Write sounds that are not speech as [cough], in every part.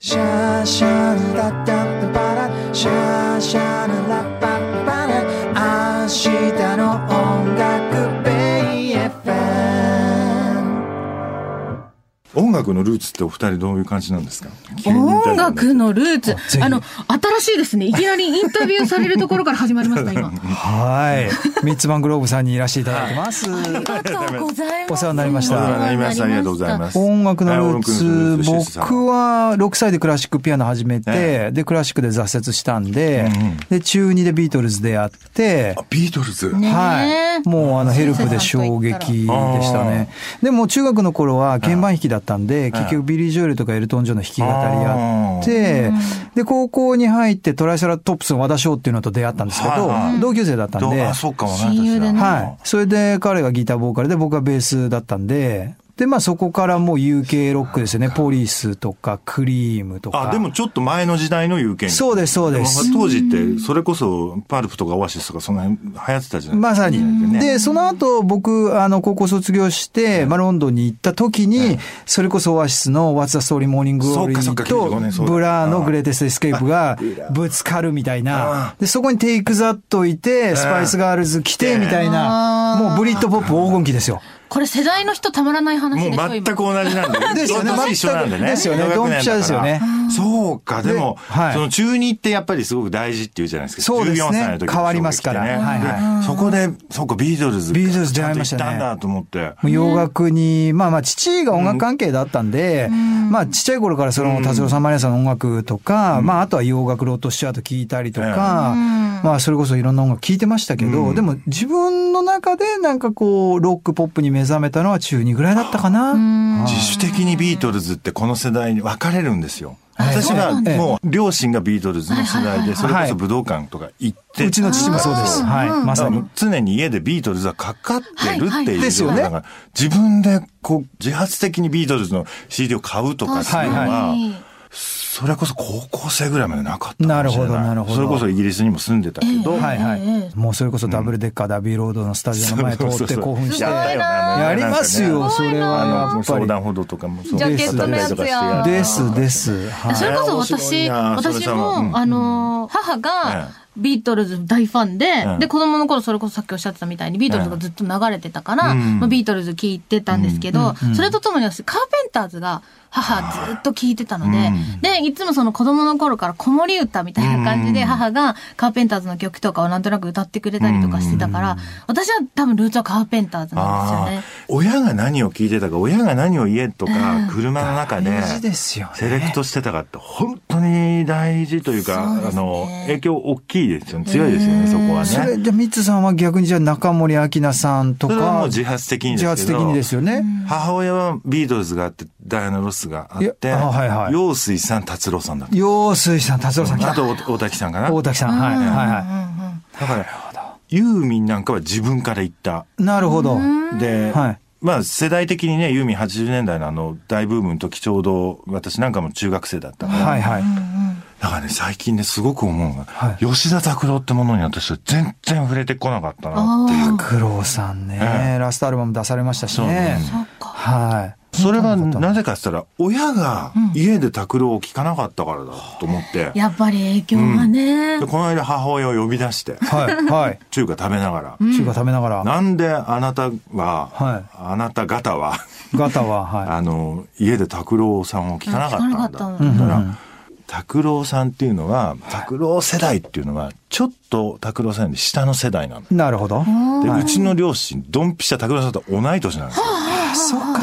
シャーシャーラッタッパラシャーシャーラッパッパラ明日の音楽ベイ FM 音楽のルーツってお二人どういう感じなんですか音楽のルーツ急にあの新しいですねいきなりインタビューされるところから始まりました今はい。ミッツマングローブさんにいらしていただいてます。ありがとうございお世話になりましお世話たになりましたありがとうございます音楽のルーツ、はい音楽のルーツ僕は6歳でクラシックピアノ始めて、で、クラシックで挫折したんでうんうん、で、中2でビートルズでやって、あビートルズ、ねえはい。もうあのヘルプで衝撃でしたね。でも中学の頃は鍵盤弾きだったんで、結局ビリー・ジョエルとかエルトン・ジョンの弾き語りやって、で、高校に入ってトライセラトップスの和田翔っていうのと出会ったんですけどはいはい、同級生だったんどうであ、そうか親友でねはい。それで彼がギターボーカルで僕がベースだったんで、で、まあそこからもう UK ロックですよね。ポリスとかクリームとか。あでもちょっと前の時代の有権そうですそうですも当時ってそれこそパルプとかオアシスとかその辺流行ってたじゃないまさに。で、その後僕、あの、高校卒業して、まあ、ロンドンに行った時に、それこそオアシスの What's the Story Morning そうかそうか95年 Glory そうだと、ブラーの Greatest Escape がぶつかるみたいな。で、そこに Take That いて、スパイスガールズ来て、みたいな。もうブリッドポップ黄金期ですよ。これ世代の人たまらない話もでうし全ょく同じなん [laughs] で。ですよね同じ一緒なんでね。全くですよね同学年だからドンピシャですよね。そうか、でも、ではいその中二ってやっぱりすごく大事って言うじゃないですか。そうですね14歳の時に変わりますから衝撃でねはいはでそこで、そうか、ビートルズ。ビートルズ出会いましたねちゃんと行ったんだと思って。もう洋楽に、まあまあ、父が音楽関係だったんで、まあ、ちっちゃい頃からその達郎さん、マリアさんの音楽とか、まあ、あとは洋楽ロットシチュアート聞いたりとか、まあ、それこそいろんな音楽聞いてましたけど、でも自分の中でなんかこう、ロック、ポップに目覚めたのは中2ぐらいだったかな。はい自主的にビートルズってこの世代に分かれるんですよ。はい私そうなはんだもう両親がビートルズの世代で、それこそ武道館とか行って。うちの父もそうです。はい、まだかさらもにう。常に家でビートルズはかかってるっていう状態だはいから、自分でこう自発的にビートルズの CD を買うとかっていうの確はかに、それこそ高校生ぐらいまでなかったかもしれいなるほどなるほどそれこそイギリスにも住んでたけど、はいはい。もうそれこそダブルデッカー、ダビーロードのスタジオの前通って興奮して。やったよねあのやりますよ、それあはやのっぱ相り。談歩道とかもそうジャケットのややっつたりとかしてややったです、です。はいそれこそ私、面白いなそれ私さも、うんあのー、母えが、ビートルズ大ファンで、うんで、子供の頃それこそさっきおっしゃってたみたいに、ビートルズがずっと流れてたから、うんまあ、ビートルズ聞いてたんですけど、うんそれとともに私、カーペンターズが母ずっと聞いてたので、うんで、いつもその子供の頃から子守歌みたいな感じうで、ん母がカーペンターズの曲とかをなんとなく歌ってくれたりとかしてたから、私は多分ルーツはカーペンターズなんですよね。あー親が何を聞いてたか親が何を家とか車の中で大事ですよねセレクトしてたかって本当に大事というかあの影響大きいですよね強いですよねそこはそれね。じゃあミッツさんは逆にじゃあ中森明菜さんとそれはもうか自発的にですけ自ど発的にですよね。母親はビートルズがあってダイアナ・ロスがあっいてやあはいはい陽水さん達郎さんだった陽水さん、達郎さん、あとお大滝さんかな大滝さん、はい、はい、はだからユーミンなんかは自分から言ったい。なるほど。で、はいまあ世代的にねユーミン80年代のあの大ブームの時ちょうど私なんかも中学生だったから、はい、はい。だからね最近ねすごく思うのが、はい吉田拓郎ってものに私は全然触れてこなかったなっていう苦労さんね、えラストアルバム出されましたしそうねね。そっか。はい。それはなぜかしたら親が家で拓郎を聞かなかったからだと思って、やっぱり影響がね。でこの間母親を呼び出してはい、はい。中華食べながら、中華食べながら、なんであなたは、はいあなた方はガタは、はい。あの家で拓郎さんを聞かなかったんだ聞かなかっただんだから拓郎さんっていうのは拓郎世代っていうのはちょっと拓郎さんより下の世代なの。なるほど。でうちの両親ドンピシャ拓郎さんと同い年なんですよ。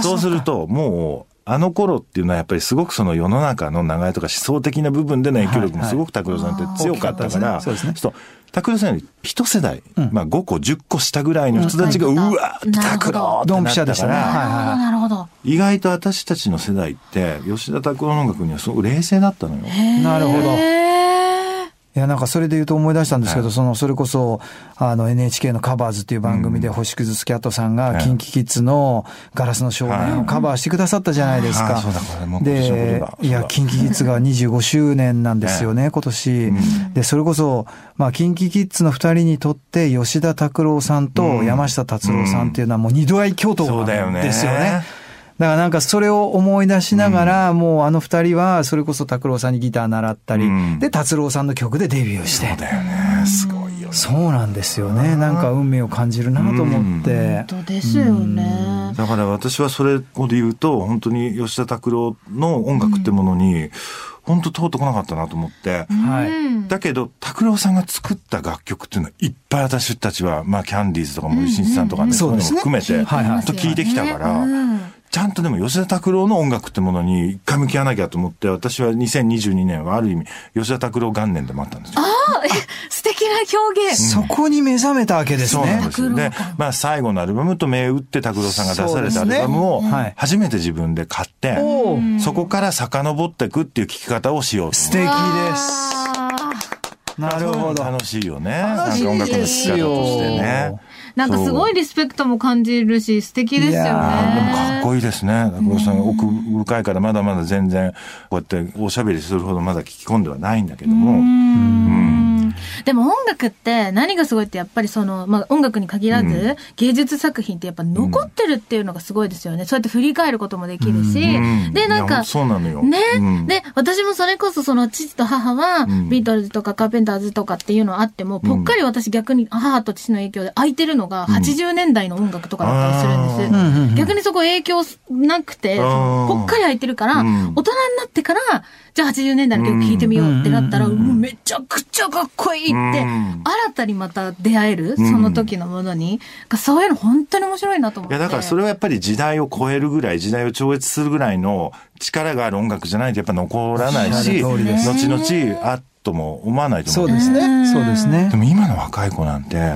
そうするともうあの頃っていうのはやっぱりすごくその世の中の流れとか思想的な部分での影響力もすごく拓郎さんって強かったから、大きかったですねそうですねそう拓郎さんより一世代、まあ5個10個下ぐらいの人たちが、ううんわー拓郎ってドンなピっシャたでしかたね。ら。はなるほど。意外と私たちの世代って吉田拓郎の音楽にはすごく冷静だったのよ。い、はい。なるほど。へーいや、なんかそれで言うと思い出したんですけど、その、それこそ、あの、NHK のカバーズっていう番組で、星屑スキャットさんが、キンキキッズのガラスの少年をカバーしてくださったじゃないですうんあかーそうだこれも。今年のことでだ、いそうや、だキンキキッ [laughs] ズが25周年なんですよね、今年。で、それこそ、まあ、キンキキッズの二人にとって、吉田拓郎さんと山下達郎さんっていうのはもう二度合い共闘そうだよなんねですよね。だからなんかそれを思い出しながら、もうあの二人はそれこそ拓郎さんにギター習ったり、うんで達郎さんの曲でデビューして、だよね。すごいよね。そうなんですよねなんか運命を感じるなと思って、本当ですよね。だから私はそれをで言うと、本当に吉田拓郎の音楽ってものに、本当通ってこなかったなと思って。はい、うんだけど、拓郎さんが作った楽曲っていうのはいっぱい私たちは、まあ、キャンディーズとか森進一さんとかね、そういうのも含めて、はいはいほんと聞いてきたから、うんちゃんとでも吉田拓郎の音楽ってものに一回向き合わなきゃと思って、私は2022年はある意味、吉田拓郎元年でもあったんですよ。素敵な表現。そこに目覚めたわけですそうなんねですよ。で拓郎感、まあ最後のアルバムと銘打って拓郎さんが出されたアルバムをそうですねはい初めて自分で買って、おーそこから遡っていくっていう聞き方をしようと素思う。敵であーすなるほど楽しいよね。楽しいなんか音楽の聞き方としてね。なんかすごいリスペクトも感じるし、素敵ですよね。いやでもかっこいいですね。拓郎さん奥深いからまだまだ全然こうやっておしゃべりするほどまだ聞き込んではないんだけども。でも音楽って何がすごいってやっぱりその、まあ、音楽に限らず、う芸術作品ってやっぱ残ってるっていうのがすごいですよね。そうやって振り返ることもできるし、うんで、いやなんほか、とそうなのよ。ね、うんで、私もそれこそその父と母は、んビートルズとかカーペンターズとかっていうのはあっても、ぽっかり私逆に母と父の影響で空いてるのが80年代の音楽とかだったりするんです。あーうんうんうん逆にそこ影響なくて、あそーのぽっかり空いてるから、うん大人になってから、じゃあ80年代の曲聴いてみようってなったら、うんもうめちゃくちゃかっこいいって、うん新たにまた出会える、そんの時のものに。そういうの本当に面白いなと思っいて。やだからそれはやっぱり時代を超えるぐらい時代を超越するぐらいの力がある音楽じゃないとやっぱ残らないしおっしゃる通りです後々あっとも思わないとそ思ううですねそうですねでも今の若い子なんて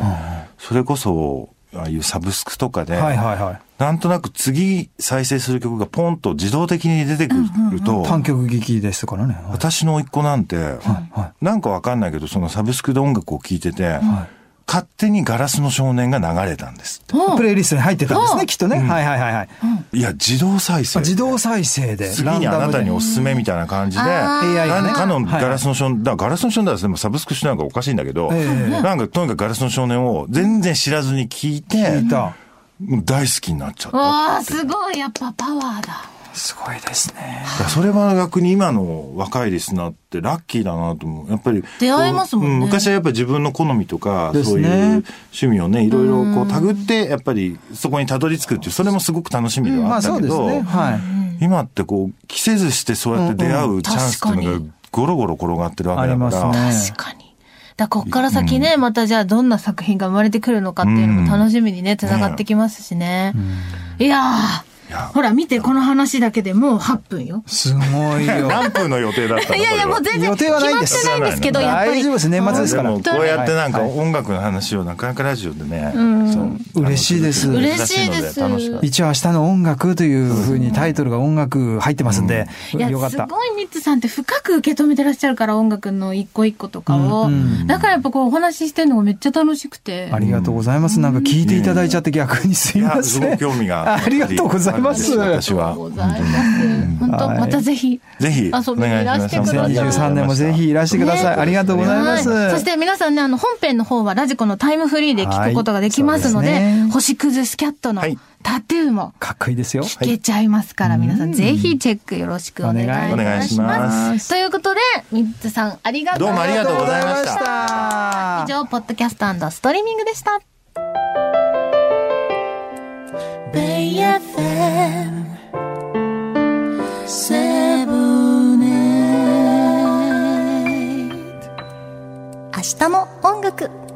それこそああいうサブスクとかで、はいはいはいなんとなく次再生する曲がポンと自動的に出てくると、単曲劇ですからねはい私の甥っ子なんて、はなんかわかんないけどそのサブスクで音楽を聴いてて、勝手に「ガラスの少年」が流れたんですっておいプレイリストに入ってたんですうねんきっとねはいはいはいはいいや自動再生自動再生で次にあなたにおすすめみたいな感じで、あー何かのはいはいガラスの少年、だからガラスの少年はでもサブスクしないからおかしいんだけど、ええなんかとにかくガラスの少年を全然知らずに聞いて聞い、たもう大好きになっちゃった。わあ、すごい、やっぱパワーだ。すごいですねだからそれは逆に今の若いリスナーってラッキーだなと思う。やっぱり。出会えますもんねう昔はやっぱり自分の好みとか、ですそういねう趣味をね、いろいろこうたぐって、やっぱりそこにたどり着くっていう、それもすごく楽しみではまああったそうけですど、ねはい今ってこう着せずしてそうやって出会うチャンスっていうの確かにがゴロゴロ転がってるわけだから、ありますね確かに。だからこっから先ね、またじゃあどんな作品が生まれてくるのかっていうのも楽しみにね、繋がってきますしね。いやいやー、ほら見て、この話だけでもう8分よ。すごいよ何分の予定だったのいやいや、もうこれは全然予定は決ないまっですてないんですけど、やっぱり。大丈夫です年末ですからでもこうやってなんかはい音楽の話をなかなかラジオでね、そう嬉しいです嬉しいです楽しかった [laughs] 一応明日の音楽というふうにタイトルが音楽入ってますんで、いやよかっすた。ごいニッツさんって深く受け止めてらっしゃるから音楽の一個一個とかを、うんだからやっぱこうお話ししてるのがめっちゃ楽しくてありがとうございます。なんか聞いていただいちゃって逆にすいいやますせごくん。興味がありがとうございますあるんです私あはりがとうございます本当、はいまたぜひぜひ遊びにいらしてくださいお願いします2023年もぜひいらしてください。ねありがとうございます。はい、そして皆さんね、あの、本編の方はラジコのタイムフリーで聞くことができますので、はいそうですね星屑スキャットのはいタトゥーもかっこいいですよ。聞けちゃいますから、皆さんぜひチェックよろしくお願いいおた願いししますます。ということで、ミッツさんありがとうどうもありがとうございましたありがとうございました以上、ポッドキャストストリーミングでした。明日も音楽